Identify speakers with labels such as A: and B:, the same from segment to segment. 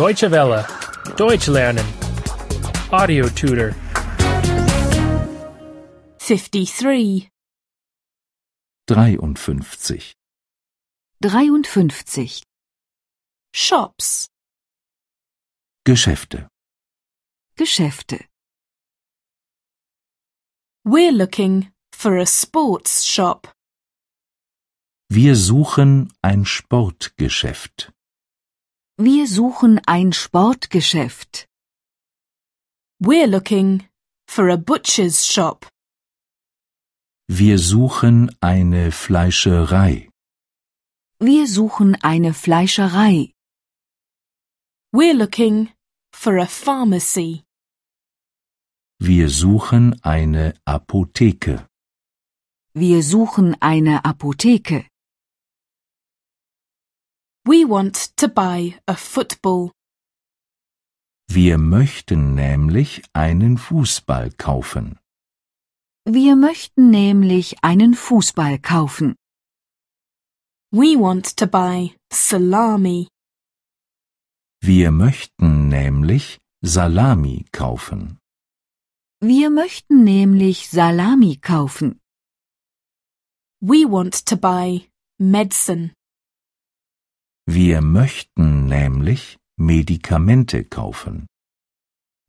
A: Deutsche Welle. Deutsch lernen. Audio tutor.
B: 53.
C: 53.
D: 53.
B: Shops.
C: Geschäfte.
D: Geschäfte.
B: We're looking for a sports shop.
C: Wir suchen ein Sportgeschäft.
D: Wir suchen ein Sportgeschäft.
B: We're looking for a butcher's shop.
C: Wir suchen eine Fleischerei.
D: Wir suchen eine Fleischerei.
B: We're looking for a pharmacy.
C: Wir suchen eine Apotheke.
D: Wir suchen eine Apotheke.
B: We want to buy a football.
C: Wir möchten nämlich einen Fußball kaufen.
D: Wir möchten nämlich einen Fußball kaufen.
B: We want to buy salami.
C: Wir möchten nämlich Salami kaufen.
D: Wir möchten nämlich Salami kaufen.
B: We want to buy medicine.
C: Wir möchten nämlich Medikamente kaufen.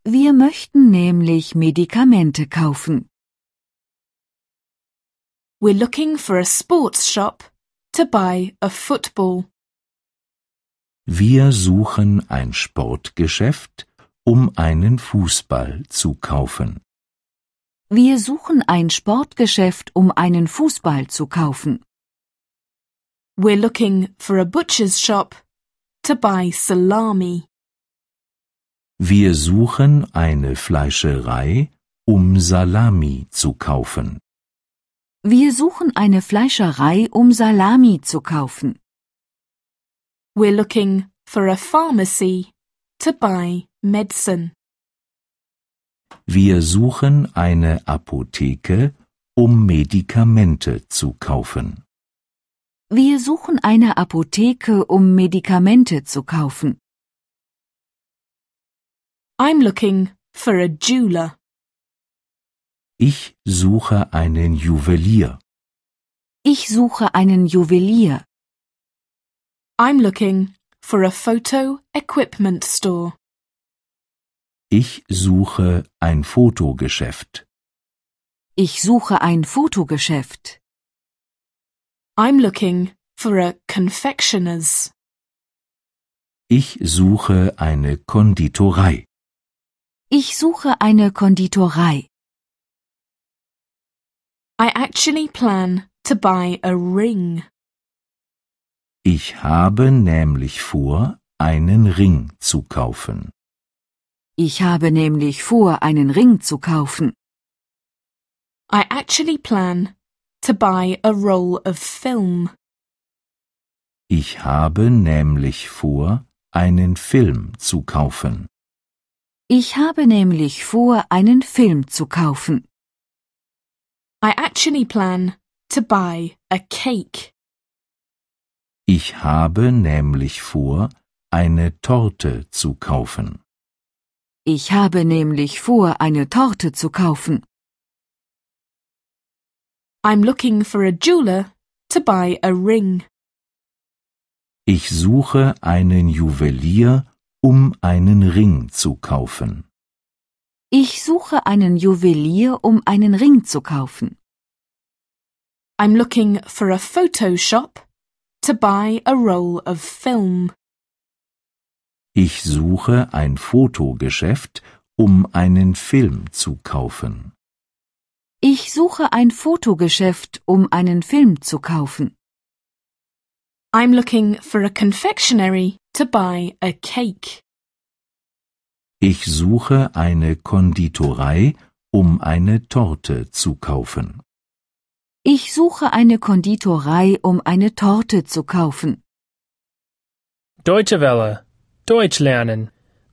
D: Wir möchten nämlich Medikamente kaufen.
B: We're looking for a sports shop to buy a football.
C: Wir suchen ein Sportgeschäft, um einen Fußball zu kaufen.
D: Wir suchen ein Sportgeschäft, um einen Fußball zu kaufen.
B: We're looking for a butcher's shop to buy salami.
C: Wir suchen eine Fleischerei, um Salami zu kaufen.
D: Wir suchen eine Fleischerei, um Salami zu kaufen.
B: We're looking for a pharmacy to buy medicine.
C: Wir suchen eine Apotheke, um Medikamente zu kaufen.
D: Wir suchen eine Apotheke, um Medikamente zu kaufen.
B: I'm looking for a jeweler.
C: Ich suche einen Juwelier.
D: Ich suche einen Juwelier.
B: I'm looking for a photo equipment store.
C: Ich suche ein Fotogeschäft.
D: Ich suche ein Fotogeschäft.
B: I'm looking for a confectioner's.
C: Ich suche eine Konditorei.
D: Ich suche eine Konditorei.
B: I actually plan to buy a ring.
C: Ich habe nämlich vor, einen Ring zu kaufen.
D: Ich habe nämlich vor, einen Ring zu kaufen.
B: I actually plan to buy a roll of film.
C: Ich habe nämlich vor, einen Film zu kaufen.
D: Ich habe nämlich vor, einen Film zu kaufen.
B: I actually plan to buy a cake.
C: Ich habe nämlich vor, eine Torte zu kaufen.
D: Ich habe nämlich vor, eine Torte zu kaufen.
B: I'm looking for a jeweler to buy a ring.
C: Ich suche einen Juwelier, um einen Ring zu kaufen.
D: Ich suche einen Juwelier, um einen Ring zu kaufen.
B: I'm looking for a photo shop to buy a roll of film.
C: Ich suche ein Fotogeschäft, um einen Film zu kaufen.
D: Ich suche ein Fotogeschäft, um einen Film zu kaufen.
B: I'm looking for a confectionery to buy a cake.
C: Ich suche eine Konditorei, um eine Torte zu kaufen.
D: Ich suche eine Konditorei, um eine Torte zu kaufen.
A: Deutsche Welle. Deutsch lernen.